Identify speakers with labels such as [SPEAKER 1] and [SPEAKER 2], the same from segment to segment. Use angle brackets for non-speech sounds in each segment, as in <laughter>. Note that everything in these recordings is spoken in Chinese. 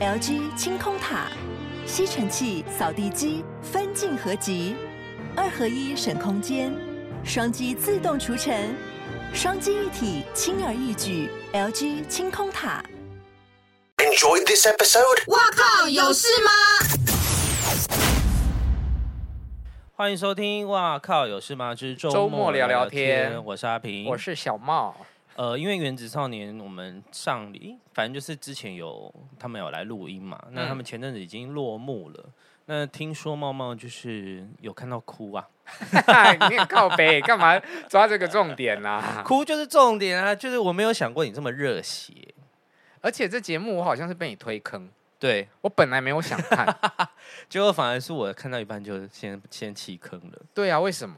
[SPEAKER 1] LG 清空塔、吸尘器、扫地机分镜合集，二合一省空间，双击自动除尘，双击一体轻而易举。LG 清空塔。
[SPEAKER 2] Enjoyed this episode?
[SPEAKER 3] 哇靠，有事吗？
[SPEAKER 4] 欢迎收听，哇靠，有事吗？就是
[SPEAKER 5] 周
[SPEAKER 4] 周
[SPEAKER 5] 末聊
[SPEAKER 4] 聊
[SPEAKER 5] 聊天
[SPEAKER 4] 我是阿平，
[SPEAKER 5] 我是小茂， <laughs>
[SPEAKER 4] 呃，因为原子少年，我们上礼反正就是之前有他们有来录音嘛，那他们前阵子已经落幕了。那听说茂茂就是有看到哭啊，
[SPEAKER 5] 你很靠北，干嘛抓这个重点啊啦、
[SPEAKER 4] 哭就是重点啊，就是我没有想过你这么热血。
[SPEAKER 5] 而且这节目我好像是被你推坑，
[SPEAKER 4] 对，
[SPEAKER 5] 我本来没有想
[SPEAKER 4] <laughs>
[SPEAKER 5] 看。
[SPEAKER 4] 结果反而是我看到一半就先先弃坑了，
[SPEAKER 5] 对啊，为什么？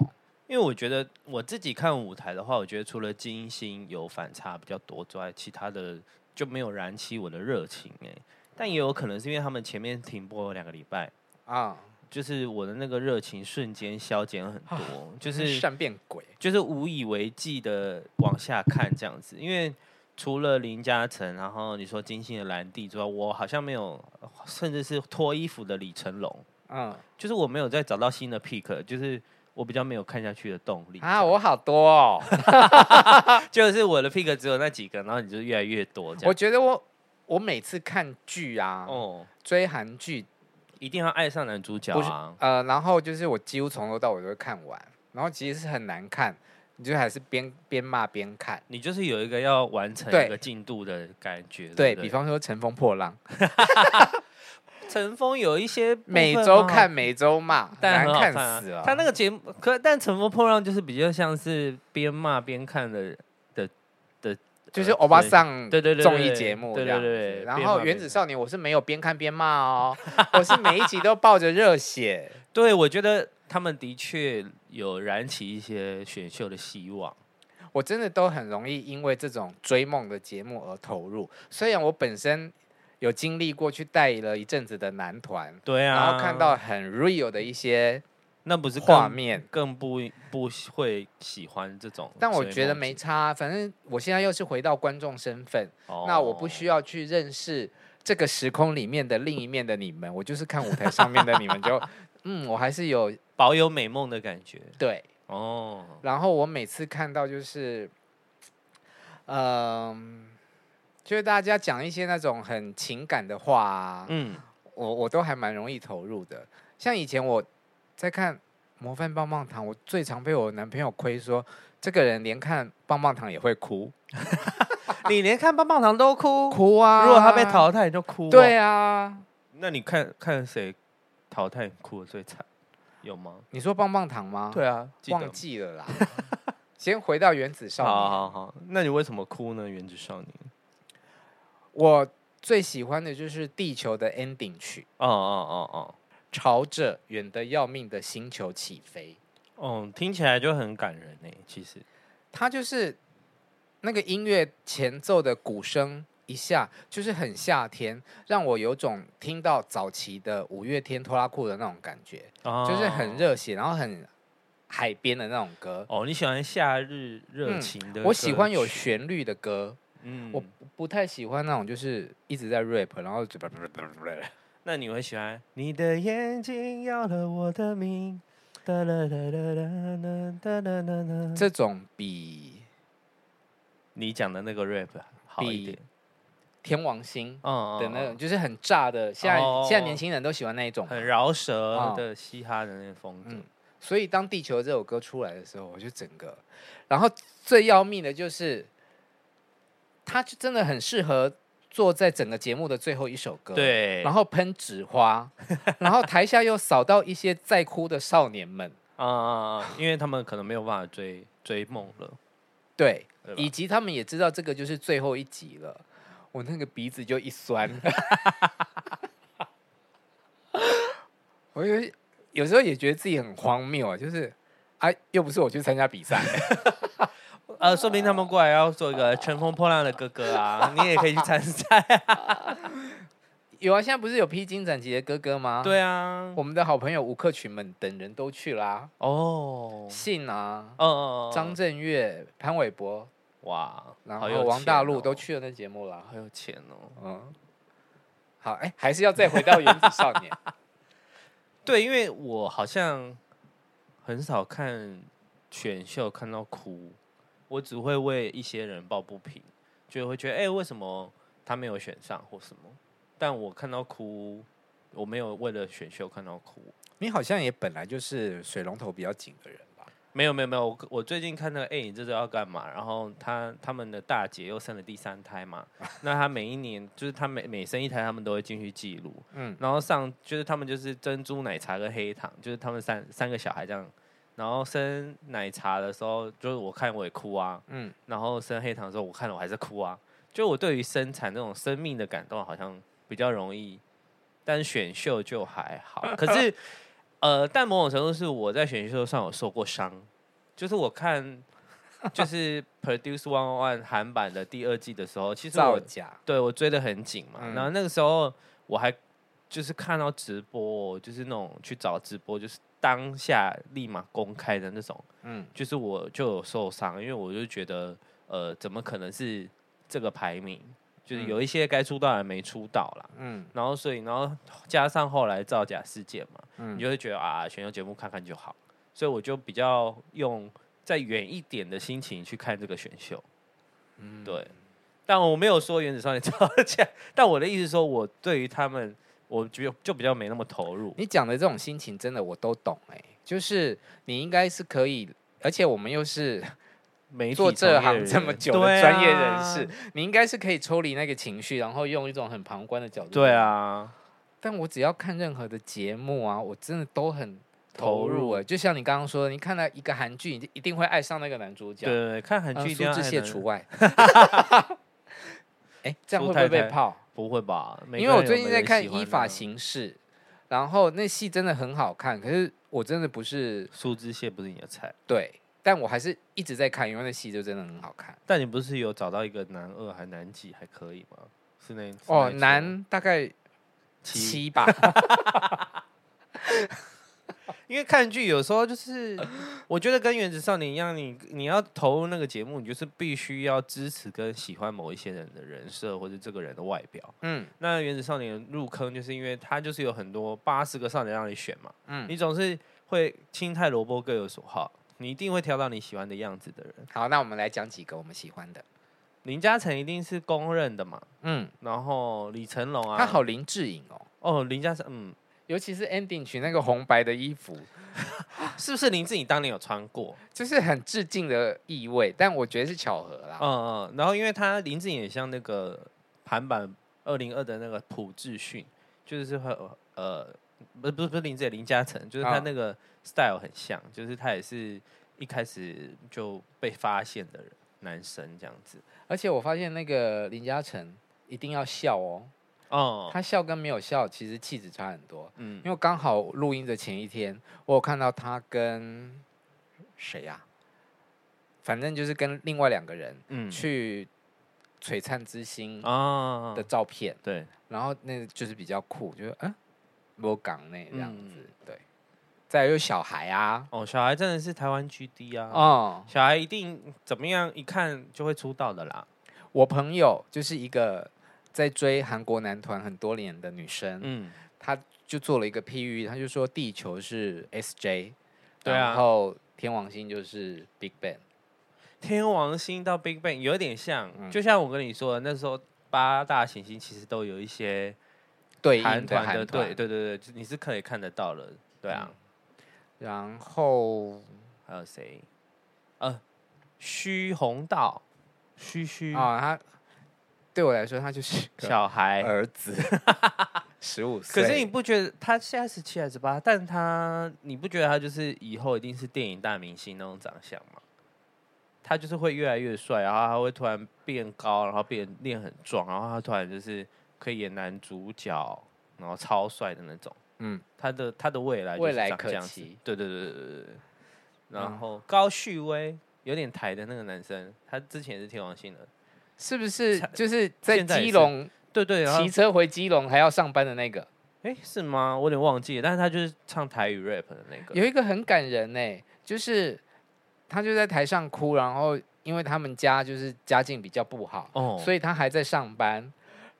[SPEAKER 4] 因为我觉得我自己看舞台的话，我觉得除了金星有反差比较多之外，其他的就没有燃起我的热情哎、但也有可能是因为他们前面停播两个礼拜，
[SPEAKER 5] 啊、
[SPEAKER 4] 就是我的那个热情瞬间消减很多，就是
[SPEAKER 5] 善变鬼。
[SPEAKER 4] 就是无以为继的往下看这样子，因为除了林嘉诚，然后你说金星的兰蒂之外，我好像没有，甚至是脱衣服的李成龙，
[SPEAKER 5] 嗯
[SPEAKER 4] 就是我没有再找到新的 pick，就是我比较没有看下去的动力
[SPEAKER 5] 啊，我好多哦，
[SPEAKER 4] 就是我的 pick 只有那几个，然后你就越来越多这
[SPEAKER 5] 我
[SPEAKER 4] 样。
[SPEAKER 5] 觉得我我每次看剧啊，
[SPEAKER 4] 哦，
[SPEAKER 5] 追韩剧，
[SPEAKER 4] 一定要爱上男主角
[SPEAKER 5] 不是
[SPEAKER 4] 啊！
[SPEAKER 5] 呃，然后就是我几乎从头到尾都会看完，然后其实是很难看，你就还是边边骂边看。
[SPEAKER 4] 你就是有一个要完成
[SPEAKER 5] 对
[SPEAKER 4] 一个进度的感觉。
[SPEAKER 5] 对
[SPEAKER 4] 对不对
[SPEAKER 5] 比方说《乘风破浪》，
[SPEAKER 4] 乘风有一些部分
[SPEAKER 5] 每周
[SPEAKER 4] 吗
[SPEAKER 5] 看，每周骂，
[SPEAKER 4] 但很好
[SPEAKER 5] 难
[SPEAKER 4] 啊
[SPEAKER 5] 看死了。
[SPEAKER 4] 他那个节目，可但《乘风破浪》就是比较像是边骂边看的的的，
[SPEAKER 5] 就是
[SPEAKER 4] 呃
[SPEAKER 5] 欧巴，桑
[SPEAKER 4] 对对对对
[SPEAKER 5] 综艺节目
[SPEAKER 4] 对
[SPEAKER 5] 这
[SPEAKER 4] 对
[SPEAKER 5] 样
[SPEAKER 4] 对对
[SPEAKER 5] 子。
[SPEAKER 4] 对
[SPEAKER 5] 然
[SPEAKER 4] 边骂
[SPEAKER 5] 后《
[SPEAKER 4] 边
[SPEAKER 5] 原子少年》我是没有边看边骂哦，我是每一集都抱着热血。
[SPEAKER 4] 对对我觉得他们的确有燃起一些选秀的希望。
[SPEAKER 5] 我真的都很容易因为这种追梦的节目而投入，虽然我本身有经历过去带了一阵子的男团，
[SPEAKER 4] 对啊，
[SPEAKER 5] 然后看到很 real 的一些
[SPEAKER 4] 那不是更
[SPEAKER 5] 画，面，
[SPEAKER 4] 更不不会喜欢这种追梦节目。
[SPEAKER 5] 但我觉得没差，啊反正我现在又是回到观众身份，
[SPEAKER 4] 哦，
[SPEAKER 5] 那我不需要去认识这个时空里面的另一面的你们，我就是看舞台上面的你们就， <laughs> 嗯，我还是有
[SPEAKER 4] 保有美梦的感觉
[SPEAKER 5] 对。
[SPEAKER 4] 哦。
[SPEAKER 5] 然后我每次看到就是，嗯、就是大家讲一些那种很情感的话、啊， <laughs>
[SPEAKER 4] 嗯，
[SPEAKER 5] 我我都还蛮容易投入的。像以前我在看《模范棒棒糖》，我最常被我男朋友亏说，这个人连看棒棒糖也会哭，
[SPEAKER 4] 你连看棒棒糖都哭，
[SPEAKER 5] 哭啊！
[SPEAKER 4] 哦如果他被淘汰你就哭、哦
[SPEAKER 5] 对，啊，
[SPEAKER 4] 那你看看谁淘汰你哭的最惨，有吗？
[SPEAKER 5] 你说棒棒糖吗？
[SPEAKER 4] 对啊，记得
[SPEAKER 5] 忘记了啦。 <laughs> 先回到原子少年，
[SPEAKER 4] 好好好，那你为什么哭呢？原子少年。
[SPEAKER 5] 我最喜欢的就是《地球》的 ending 曲，
[SPEAKER 4] 哦哦哦
[SPEAKER 5] 朝着远的要命的星球起飞。
[SPEAKER 4] 哦，哦，听起来就很感人
[SPEAKER 5] 欸
[SPEAKER 4] 呢。其实，
[SPEAKER 5] 它就是那个音乐前奏的鼓声一下，就是很夏天，让我有种听到早期的五月天拖拉裤的那种感觉，
[SPEAKER 4] 哦
[SPEAKER 5] 就是很。热血，然后很海边的那种歌。
[SPEAKER 4] 哦，你喜欢夏日热
[SPEAKER 5] 嗯
[SPEAKER 4] 情的、
[SPEAKER 5] 我喜欢有，旋律的歌，
[SPEAKER 4] 嗯，
[SPEAKER 5] 我不太喜欢那种就是一直在 rap，然后嘴巴。
[SPEAKER 4] 那你会喜欢？你的眼睛要了我的命，哒啦啦啦啦啦哒啦啦啦。
[SPEAKER 5] 这种比
[SPEAKER 4] 你讲的那个 rap 好一
[SPEAKER 5] 比
[SPEAKER 4] 点，
[SPEAKER 5] 天王星
[SPEAKER 4] 嗯
[SPEAKER 5] 的那种，就是很炸的。现在
[SPEAKER 4] 哦
[SPEAKER 5] 现在年轻人都喜欢那一种嘛，
[SPEAKER 4] 很饶舌
[SPEAKER 5] 哦
[SPEAKER 4] 的嘻哈的那个风格。
[SPEAKER 5] 嗯所以当《地球》这首歌出来的时候，我就整个，然后最要命的就是，它就真的很适合做在整个节目的最后一首歌。。
[SPEAKER 4] 对，
[SPEAKER 5] 然后喷纸花， <laughs> 然后台下又扫到一些在哭的少年们，
[SPEAKER 4] 啊、因为他们可能没有办法追追梦了，
[SPEAKER 5] 对，
[SPEAKER 4] 对吧
[SPEAKER 5] 以及他们也知道这个就是最后一集了，我那个鼻子就一酸， <laughs> 我就有时候也觉得自己很荒谬啊，就是啊，又不是我去参加比赛，嗯
[SPEAKER 4] 呃，说明他们过来要做一个乘风破浪的哥哥啊，你也可以去参赛、
[SPEAKER 5] <laughs> 有啊，现在不是有披荆斩棘的哥哥吗？，
[SPEAKER 4] 对啊，
[SPEAKER 5] 我们的好朋友吴克群们等人都去啦、
[SPEAKER 4] 哦，
[SPEAKER 5] 信啊、
[SPEAKER 4] 嗯嗯，嗯
[SPEAKER 5] 张震岳、潘玮柏，
[SPEAKER 4] 哇，
[SPEAKER 5] 然
[SPEAKER 4] 好有
[SPEAKER 5] 后王大
[SPEAKER 4] 钱
[SPEAKER 5] 陆
[SPEAKER 4] 哦
[SPEAKER 5] 都，去了那节目啦。
[SPEAKER 4] 好有钱哦。
[SPEAKER 5] 嗯，好，哎、还是要再回到原子少
[SPEAKER 4] <laughs>
[SPEAKER 5] 年。
[SPEAKER 4] 对，因为我好像很少看选秀看到哭，我只会为一些人抱不平，就会觉得哎、为什么他没有选上或什么？但我看到哭，我没有为了选秀看到哭。
[SPEAKER 5] 你好像也本来就是水龙头比较紧的人吧？
[SPEAKER 4] 没有没有没有，我我最近看那个，哎、你这是要干嘛？然后他他们的大姐又生了第三胎嘛， <laughs> 那她每一年就是她每每生一胎，他们都会进去记录，
[SPEAKER 5] 嗯
[SPEAKER 4] 嗯，然后上就是他们就是珍珠奶茶跟黑糖，就是他们三三个小孩这样，然后生奶茶的时候，就是我看我也哭啊，
[SPEAKER 5] 嗯，
[SPEAKER 4] 然后生黑糖的时候，我看了我还是哭啊，就我对于生产那种生命的感动好像比较容易，但是选秀就还好，可
[SPEAKER 5] <laughs>
[SPEAKER 4] 是。呃，但某种程度是我在选秀上有受过伤，就是我看就是 Produce One One 韩版的第二季的时候，其实
[SPEAKER 5] 造
[SPEAKER 4] 我
[SPEAKER 5] 假，
[SPEAKER 4] 对我追的很紧嘛，
[SPEAKER 5] 嗯
[SPEAKER 4] 然后那个时候我还就是看到直播，哦就是那种去找直播，就是当下立马公开的那种，
[SPEAKER 5] 嗯，
[SPEAKER 4] 就是我就有受伤，因为我就觉得呃，怎么可能是这个排名？就是
[SPEAKER 5] 嗯
[SPEAKER 4] 有一些该出道的没出道啦，
[SPEAKER 5] 嗯
[SPEAKER 4] 然后所以然后加上后来造假事件嘛，
[SPEAKER 5] 嗯
[SPEAKER 4] 你就会觉得啊，选秀节目看看就好。所以我就比较用再远一点的心情去看这个选秀。
[SPEAKER 5] 嗯
[SPEAKER 4] 对，但我没有说原子少年造假， <laughs> 但我的意思是说，我对于他们，我就就比较没那么投入。
[SPEAKER 5] 你讲的这种心情真的我都懂哎、就是你应该是可以，而且我们又是
[SPEAKER 4] 媒体
[SPEAKER 5] 做这
[SPEAKER 4] 从业
[SPEAKER 5] 行
[SPEAKER 4] 人
[SPEAKER 5] 这么
[SPEAKER 4] 员
[SPEAKER 5] 久的
[SPEAKER 4] 对
[SPEAKER 5] 专业人
[SPEAKER 4] 啊
[SPEAKER 5] 士，你应该是可以抽离那个情绪，然后用一种很旁观的角度。
[SPEAKER 4] 对，啊，
[SPEAKER 5] 但我只要看任何的节目啊，我真的都很投
[SPEAKER 4] 投
[SPEAKER 5] 入
[SPEAKER 4] 入
[SPEAKER 5] 哎、就像你刚刚说的，你看了一个韩剧，你就一定会爱上那个男主角，
[SPEAKER 4] 对对对，看韩
[SPEAKER 5] 呃，
[SPEAKER 4] 剧一
[SPEAKER 5] 苏
[SPEAKER 4] 定要
[SPEAKER 5] 志
[SPEAKER 4] 爱
[SPEAKER 5] 燮
[SPEAKER 4] 男
[SPEAKER 5] 除
[SPEAKER 4] <laughs>
[SPEAKER 5] 外。哎，这样
[SPEAKER 4] 苏
[SPEAKER 5] 会不会
[SPEAKER 4] 太
[SPEAKER 5] 被
[SPEAKER 4] 太
[SPEAKER 5] 泡？
[SPEAKER 4] 不会吧？每
[SPEAKER 5] 因
[SPEAKER 4] 个
[SPEAKER 5] 为我
[SPEAKER 4] 人
[SPEAKER 5] 最
[SPEAKER 4] 有
[SPEAKER 5] 近
[SPEAKER 4] 每个
[SPEAKER 5] 在
[SPEAKER 4] 人
[SPEAKER 5] 看《
[SPEAKER 4] 喜欢
[SPEAKER 5] 依
[SPEAKER 4] 的
[SPEAKER 5] 法
[SPEAKER 4] 啊
[SPEAKER 5] 行事》，然后那戏真的很好看，可是我真的不是
[SPEAKER 4] 苏志燮不是你的菜，
[SPEAKER 5] 对，但我还是一直在看，因为那戏就真的很好看。
[SPEAKER 4] 但你不是有找到一个男二还男几还可以吗？是那是那，
[SPEAKER 5] 哦
[SPEAKER 4] 一出吗
[SPEAKER 5] 男大概
[SPEAKER 4] 七
[SPEAKER 5] 七吧，
[SPEAKER 4] 因为看剧有时候就是，我觉得跟《原子少年》一样，你你要投入那个节目，你就是必须要支持跟喜欢某一些人的人设或者这个人的外表。
[SPEAKER 5] <laughs> 嗯
[SPEAKER 4] 那《原子少年》入坑就是因为它就是有很多八十个少年让你选嘛，
[SPEAKER 5] 嗯。
[SPEAKER 4] 你总是会青菜萝卜各有所好，你一定会挑到你喜欢的样子的人。
[SPEAKER 5] 好，那我们来讲几个我们喜欢的。
[SPEAKER 4] 林嘉诚一定是公认的嘛，
[SPEAKER 5] 嗯，
[SPEAKER 4] 然后李成龙啊，
[SPEAKER 5] 他好林志颖哦，
[SPEAKER 4] 哦，林嘉诚，嗯，
[SPEAKER 5] 尤其是 ending 曲那个红白的衣服，
[SPEAKER 4] 是不是林志颖当年有穿过？
[SPEAKER 5] 就是很致敬的意味，但我觉得是巧合啦。
[SPEAKER 4] 嗯嗯，然后因为他林志颖也像那个韩版二零二的那个朴智勋，就是和呃，不是不是不是林志颖林嘉诚，就是他
[SPEAKER 5] 啊
[SPEAKER 4] 那个 style 很像，就是他也是一开始就被发现的人男生这样子。
[SPEAKER 5] 而且我发现那个林嘉诚一定要笑哦，
[SPEAKER 4] 哦、
[SPEAKER 5] 他笑跟没有笑其实气质差很多。
[SPEAKER 4] 嗯
[SPEAKER 5] 因，为刚好录音的前一天，我有看到他跟谁呀、反正就是跟另外两个人
[SPEAKER 4] 嗯
[SPEAKER 5] 去璀璨之星
[SPEAKER 4] 啊
[SPEAKER 5] 的照片，
[SPEAKER 4] 对，
[SPEAKER 5] 然后那就是比较酷，就是嗯，我港内这样子，
[SPEAKER 4] 嗯
[SPEAKER 5] 对。再来有小孩啊，
[SPEAKER 4] 哦，小孩真的是台湾 GD 啊，
[SPEAKER 5] 哦，
[SPEAKER 4] 小孩一定怎么样，一看就会出道的啦。
[SPEAKER 5] 我朋友就是一个在追韩国男团很多年的女生，
[SPEAKER 4] 嗯，
[SPEAKER 5] 他就做了一个譬喻，他就说地球是 SJ，
[SPEAKER 4] 对啊
[SPEAKER 5] 然后天王星就是 Big Bang。
[SPEAKER 4] 天王星到 Big Bang 有点像，
[SPEAKER 5] 嗯
[SPEAKER 4] 就像我跟你说的，那时候八大行星其实都有一些
[SPEAKER 5] 对应
[SPEAKER 4] 韩
[SPEAKER 5] 的
[SPEAKER 4] 团
[SPEAKER 5] 韩嗯
[SPEAKER 4] 的，对对对对，就你是可以看得到的，对啊，
[SPEAKER 5] 然后
[SPEAKER 4] 还有谁？呃，虚红道，虚虚、
[SPEAKER 5] 啊，呃他对我来说，他就是个
[SPEAKER 4] 小孩，
[SPEAKER 5] 儿子，十五岁。
[SPEAKER 4] 可是你不觉得他现在十七还是八？但他你不觉得他就是以后一定是电影大明星那种长相吗？他就是会越来越帅，然后他会突然变高，然后变练很壮，然后他突然就是可以演男主角，然后超帅的那种。
[SPEAKER 5] 嗯，
[SPEAKER 4] 他的他的未来就是
[SPEAKER 5] 未来
[SPEAKER 4] 长
[SPEAKER 5] 可
[SPEAKER 4] 这样子
[SPEAKER 5] 期。
[SPEAKER 4] 对对对对对对。
[SPEAKER 5] 嗯
[SPEAKER 4] 然后高旭威有点台的那个男生，他之前也是天王星的。
[SPEAKER 5] 是不是
[SPEAKER 4] 才
[SPEAKER 5] 就是在
[SPEAKER 4] 现在也
[SPEAKER 5] 基
[SPEAKER 4] 是
[SPEAKER 5] 隆
[SPEAKER 4] 对对，然后
[SPEAKER 5] 骑车回基隆还要上班的那个？
[SPEAKER 4] 哎是吗？我有点忘记了，但是他就是唱台语 rap 的那个。
[SPEAKER 5] 有一个很感人呢、就是他就在台上哭，然后因为他们家就是家境比较不好，
[SPEAKER 4] 哦
[SPEAKER 5] 所以他还在上班。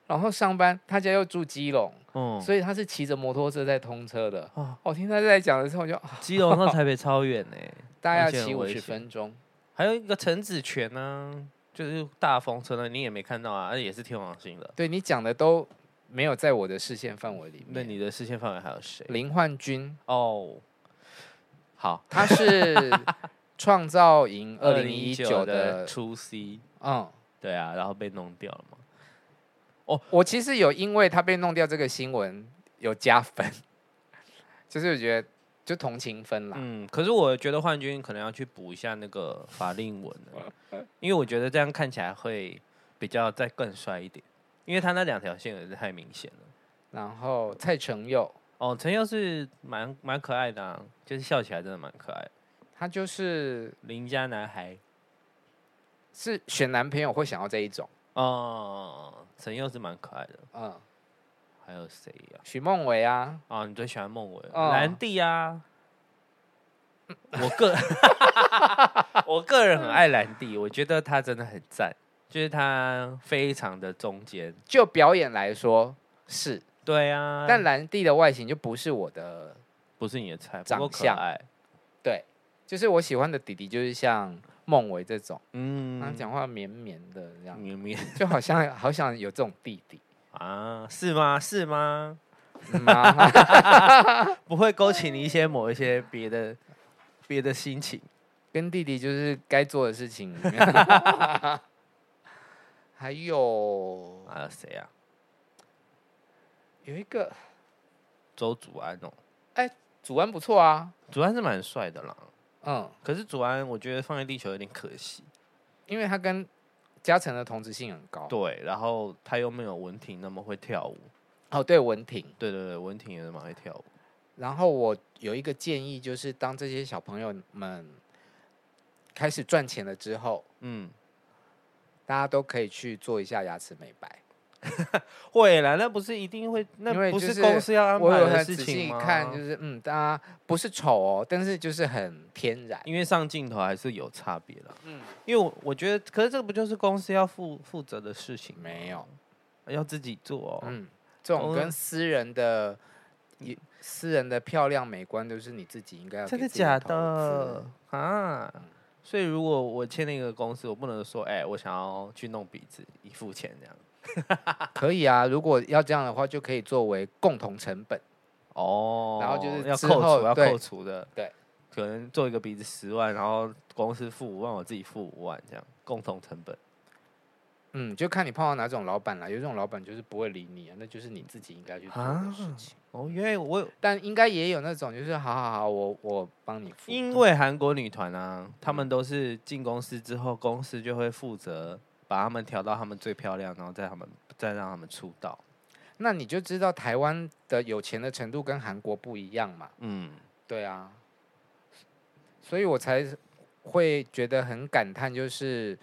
[SPEAKER 5] 然后上班，他家又住基隆，
[SPEAKER 4] 嗯，
[SPEAKER 5] 所以他是骑着摩托车在通车的。
[SPEAKER 4] 哦，
[SPEAKER 5] 我、听他在讲的时候，我就、啊
[SPEAKER 4] 基隆到台北超远呢、
[SPEAKER 5] 大概
[SPEAKER 4] 而
[SPEAKER 5] 要
[SPEAKER 4] 且很
[SPEAKER 5] 骑五
[SPEAKER 4] 危
[SPEAKER 5] 十
[SPEAKER 4] 险
[SPEAKER 5] 分钟。
[SPEAKER 4] <laughs> 还有一个陈子权呢、就是大风车呢，你也没看到啊，而且也是天王星的。
[SPEAKER 5] 对你讲的都没有在我的视线范围里面。
[SPEAKER 4] 那你的视线范围还有谁？
[SPEAKER 5] 林焕君，
[SPEAKER 4] 哦，好，
[SPEAKER 5] 他是创
[SPEAKER 4] <laughs>
[SPEAKER 5] 造营二零一
[SPEAKER 4] 2019的
[SPEAKER 5] 九的，
[SPEAKER 4] 初 C，
[SPEAKER 5] 嗯，
[SPEAKER 4] 对啊，然后被弄掉了嘛。
[SPEAKER 5] 我其实有因为他被弄掉这个新闻有加分， <laughs> 就是我觉得就同情分啦。
[SPEAKER 4] 嗯，可是我觉得幻君可能要去补一下那个法令纹 <laughs> 了，因为我觉得这样看起来会比较再更帅一点，因为他那两条线也是太明显了。
[SPEAKER 5] 然后蔡成佑，
[SPEAKER 4] 哦，陈佑是蛮蛮可爱的、啊，就是笑起来真的蛮可爱的。
[SPEAKER 5] 他就是
[SPEAKER 4] 邻家男孩
[SPEAKER 5] 是选男朋友会想要这一种，
[SPEAKER 4] 哦，陈佑是蛮可爱的。
[SPEAKER 5] 嗯，
[SPEAKER 4] 还有谁呀、
[SPEAKER 5] 许梦伟啊，
[SPEAKER 4] 啊？你最喜欢孟伟、
[SPEAKER 5] 哦
[SPEAKER 4] 兰蒂啊？我个我个人很爱兰蒂，我觉得他真的很赞，就是他非常的中间。
[SPEAKER 5] 就表演来说是，
[SPEAKER 4] 对啊，
[SPEAKER 5] 但兰蒂的外形就不是我的，
[SPEAKER 4] 不是你的菜，不
[SPEAKER 5] 长
[SPEAKER 4] 过可
[SPEAKER 5] 相
[SPEAKER 4] 爱。
[SPEAKER 5] 对，就是我喜欢的弟弟就是像孟伟这种，
[SPEAKER 4] 嗯，
[SPEAKER 5] 他讲话绵绵的这样，
[SPEAKER 4] 绵绵
[SPEAKER 5] 就好像好想有这种弟
[SPEAKER 4] <laughs>
[SPEAKER 5] 弟。
[SPEAKER 4] 啊，是吗？是吗？
[SPEAKER 5] 嗯啊
[SPEAKER 4] 不会勾起你一些某一些别的别的心情。
[SPEAKER 5] 跟弟弟就是该做的事
[SPEAKER 4] <laughs>
[SPEAKER 5] 情。还有
[SPEAKER 4] 还有谁啊？
[SPEAKER 5] 有一个
[SPEAKER 4] 周祖安哦，
[SPEAKER 5] 祖安不错啊，
[SPEAKER 4] 祖安是蛮帅的啦。
[SPEAKER 5] 嗯，
[SPEAKER 4] 可是祖安，我觉得放在地球有点可惜。
[SPEAKER 5] 因为他跟嘉诚的同质性很高。
[SPEAKER 4] 对，然后他又没有文婷那么会跳舞。
[SPEAKER 5] 哦，对文婷。
[SPEAKER 4] 对对对，文婷也是蛮会跳舞。
[SPEAKER 5] 然后我有一个建议，就是当这些小朋友们开始赚钱了之后，
[SPEAKER 4] 嗯，
[SPEAKER 5] 大家都可以去做一下牙齿美白。
[SPEAKER 4] 会啦，那不是一定会，那
[SPEAKER 5] 因为
[SPEAKER 4] 不
[SPEAKER 5] 就是
[SPEAKER 4] 公司要安
[SPEAKER 5] 我
[SPEAKER 4] 排
[SPEAKER 5] 有
[SPEAKER 4] 的
[SPEAKER 5] 很
[SPEAKER 4] 事
[SPEAKER 5] 仔
[SPEAKER 4] 情
[SPEAKER 5] 细
[SPEAKER 4] 吗？
[SPEAKER 5] 看，就是嗯，大家不是丑哦，但是就是很天然。
[SPEAKER 4] 因为上镜头还是有差别啦。
[SPEAKER 5] 嗯，
[SPEAKER 4] 因为我我觉得，可是这个不就是公司要负负责的事情吗？
[SPEAKER 5] 没有，
[SPEAKER 4] 要自己做哦。
[SPEAKER 5] 嗯，这种
[SPEAKER 4] 哦
[SPEAKER 5] 跟私人的、也私人的漂亮美观都是你自己应该要
[SPEAKER 4] 真
[SPEAKER 5] 给
[SPEAKER 4] 的
[SPEAKER 5] 自己
[SPEAKER 4] 假
[SPEAKER 5] 投
[SPEAKER 4] 的
[SPEAKER 5] 资？
[SPEAKER 4] 啊？所以如果我签那个公司，我不能说，哎、我想要去弄鼻子，一付钱这样。
[SPEAKER 5] 可以啊。如果要这样的话，就可以作为共同成本。
[SPEAKER 4] 哦，
[SPEAKER 5] 然后就是
[SPEAKER 4] 要
[SPEAKER 5] 之
[SPEAKER 4] 扣
[SPEAKER 5] 后
[SPEAKER 4] 除，要
[SPEAKER 5] 对
[SPEAKER 4] 扣除的，
[SPEAKER 5] 对，
[SPEAKER 4] 可能做一个鼻子十万，然后公司付五万，我自己付五万，这样共同成本。
[SPEAKER 5] 嗯，就看你碰到哪种老板啦。有这种老板就是不会理你啊，那就是你自己应该去做的事情。
[SPEAKER 4] 哦，因为我有
[SPEAKER 5] 但应该也有那种就是好好好，我我帮你付。
[SPEAKER 4] 因为韩国女团啊，她们都是进公司之后，公司就会负责把她们调到她们最漂亮，然后再她们再让她们出道。
[SPEAKER 5] 那你就知道台湾的有钱的程度跟韩国不一样嘛。
[SPEAKER 4] 嗯，
[SPEAKER 5] 对啊，所以我才会觉得很感叹，就是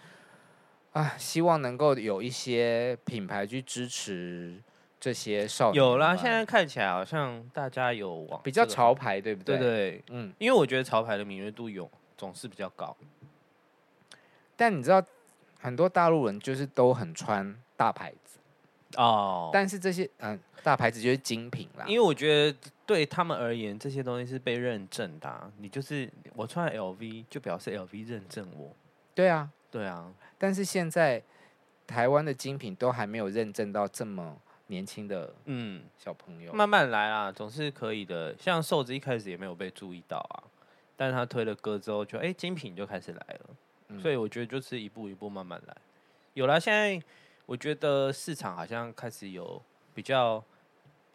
[SPEAKER 5] 啊，希望能够有一些品牌去支持这些少女们。
[SPEAKER 4] 有啦，现在看起来好像大家有往
[SPEAKER 5] 比较
[SPEAKER 4] 这个
[SPEAKER 5] 潮，牌，对不
[SPEAKER 4] 对
[SPEAKER 5] 对？
[SPEAKER 4] 对，
[SPEAKER 5] 嗯。
[SPEAKER 4] 因为我觉得潮牌的敏锐度有总是比较高。
[SPEAKER 5] 但你知道，很多大陆人就是都很穿大牌子，
[SPEAKER 4] 哦，
[SPEAKER 5] 但是这些嗯、大牌子就是精品啦。
[SPEAKER 4] 因为我觉得对他们而言，这些东西是被认证的、啊。你就是我穿 LV，就表示 LV 认证我。
[SPEAKER 5] 对啊，
[SPEAKER 4] 对啊，
[SPEAKER 5] 但是现在台湾的精品都还没有认证到这么年轻的
[SPEAKER 4] 嗯，
[SPEAKER 5] 小朋友。
[SPEAKER 4] 慢慢来啊，总是可以的。像瘦子一开始也没有被注意到啊，但是他推了歌之后就，哎精品就开始来了。
[SPEAKER 5] 嗯
[SPEAKER 4] 所以我觉得就是一步一步慢慢来。有啦，现在我觉得市场好像开始有比较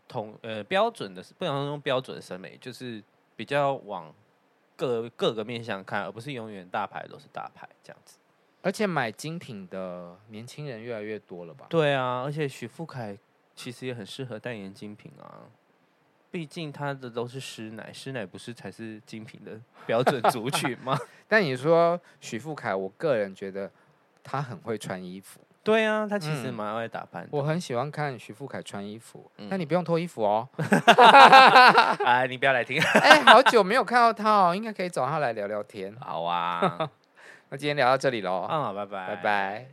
[SPEAKER 4] 统呃标准的，不能用标准审美，就是比较往各各个面向看，而不是永远大牌都是大牌这样子。
[SPEAKER 5] 而且买精品的年轻人越来越多了吧？
[SPEAKER 4] 对啊，而且许富凯其实也很适合代言精品啊。毕竟他的都是师奶，师奶不是才是精品的标准族群吗？
[SPEAKER 5] 但你说许富凯，我个人觉得他很会穿衣服，
[SPEAKER 4] <laughs> 对啊，他其实
[SPEAKER 5] 嗯
[SPEAKER 4] 蛮爱打扮的。
[SPEAKER 5] 我很喜欢看许富凯穿衣服。
[SPEAKER 4] 嗯
[SPEAKER 5] 那你不用脱衣服哦。
[SPEAKER 4] 哎、你不要来听， <laughs>
[SPEAKER 5] 哎，好久没有看到他哦，应该可以找他来聊聊天。
[SPEAKER 4] <laughs> 好啊，
[SPEAKER 5] 那今天聊到这里喽，
[SPEAKER 4] 嗯，拜拜，
[SPEAKER 5] 拜拜。